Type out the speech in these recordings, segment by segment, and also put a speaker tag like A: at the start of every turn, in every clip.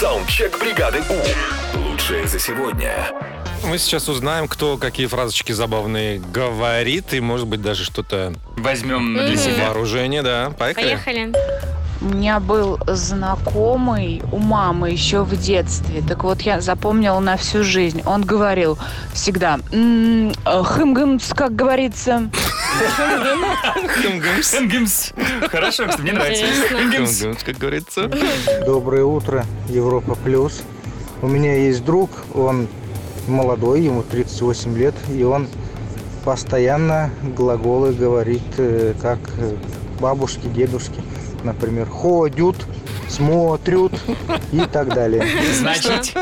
A: Саундчек бригады У. Лучшее за сегодня.
B: Мы сейчас узнаем, кто какие фразочки забавные говорит, и, может быть, даже что-то
C: Возьмем для
D: Мгм.
C: себя.
B: вооружение, да. Поехали.
D: Поехали.
E: У меня был знакомый у мамы еще в детстве. Так вот, я запомнила на всю жизнь. Он говорил всегда «М, э, «Хымгымц», как говорится.
B: Хм-гымс.
C: Энгимс. Хорошо, кстати, мне нравится.
D: Интересно.
C: Энгимс.
B: Хм-гымс, Как говорится.
F: Доброе утро, Европа Плюс. У меня есть друг, он молодой, ему 38 лет, и он постоянно глаголы говорит, э, как э, бабушки, дедушки. Например, ходят, смотрят и так далее.
C: Значит,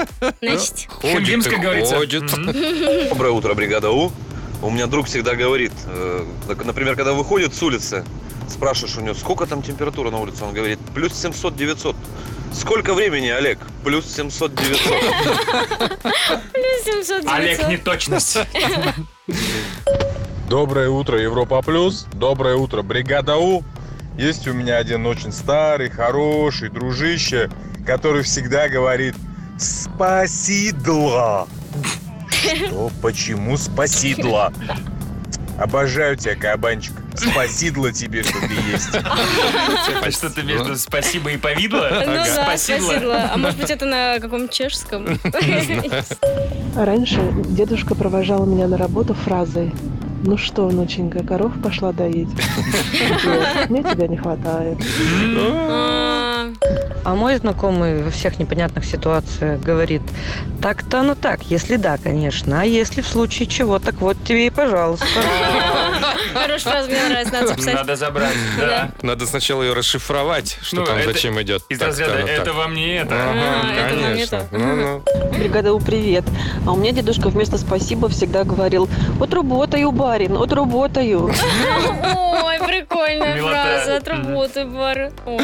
D: Значит,
C: Хенгимс,
B: и
C: как говорится.
B: ходит.
C: Мгм.
G: Доброе утро, бригада У. У меня друг всегда говорит, э, нак- например, когда выходит с улицы, спрашиваешь у него, сколько там температура на улице, он говорит, плюс 700-900. Сколько времени, Олег? Плюс 700-900.
D: плюс 700
C: Олег,
D: 900.
C: неточность.
H: Доброе утро, Европа Плюс. Доброе утро, Бригада У. Есть у меня один очень старый, хороший дружище, который всегда говорит «Спасидло». Что? Почему спасидло? Обожаю тебя, кабанчик. Спасидло тебе, что ты есть.
C: Это что-то между спасибо и повидло.
D: Ну да,
C: Спасибо.
D: спасибо. А может быть, это на каком чешском?
I: Раньше дедушка провожал меня на работу фразой «Ну что, внученька, коров пошла доить?» «Мне тебя не хватает».
D: А,
J: А мой знакомый во всех непонятных ситуациях говорит, так-то ну так, если да, конечно, а если в случае чего, так вот тебе и пожалуйста.
D: Хорошая фраза, мне нравится, надо записать.
C: Надо забрать, да.
B: Ну, Надо сначала ее расшифровать, что
C: Ну,
B: там
C: это
B: зачем идет.
C: Из
B: Так-то
C: разряда
B: оно так.
C: «это вам не это».
B: Ага,
D: А, это нам не
B: конечно. Ну,
D: то.
B: Ну-ну.
I: Бригада У, привет. А у меня дедушка вместо «спасибо» всегда говорил «Отработаю, барин, отработаю».
D: Ой, прикольная
C: Милота.
D: фраза. От работы, бар. Ой.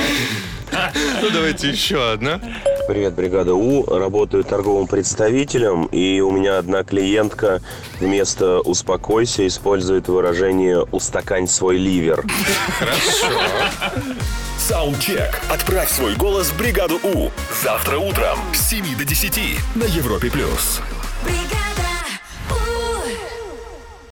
B: Ну, давайте еще одна.
G: Привет, бригада У. Работаю торговым представителем, и у меня одна клиентка вместо «успокойся» использует выражение «устакань свой ливер».
A: Саундчек. Отправь свой голос в бригаду У. Завтра утром с 7 до 10 на Европе+. плюс.
K: бригада.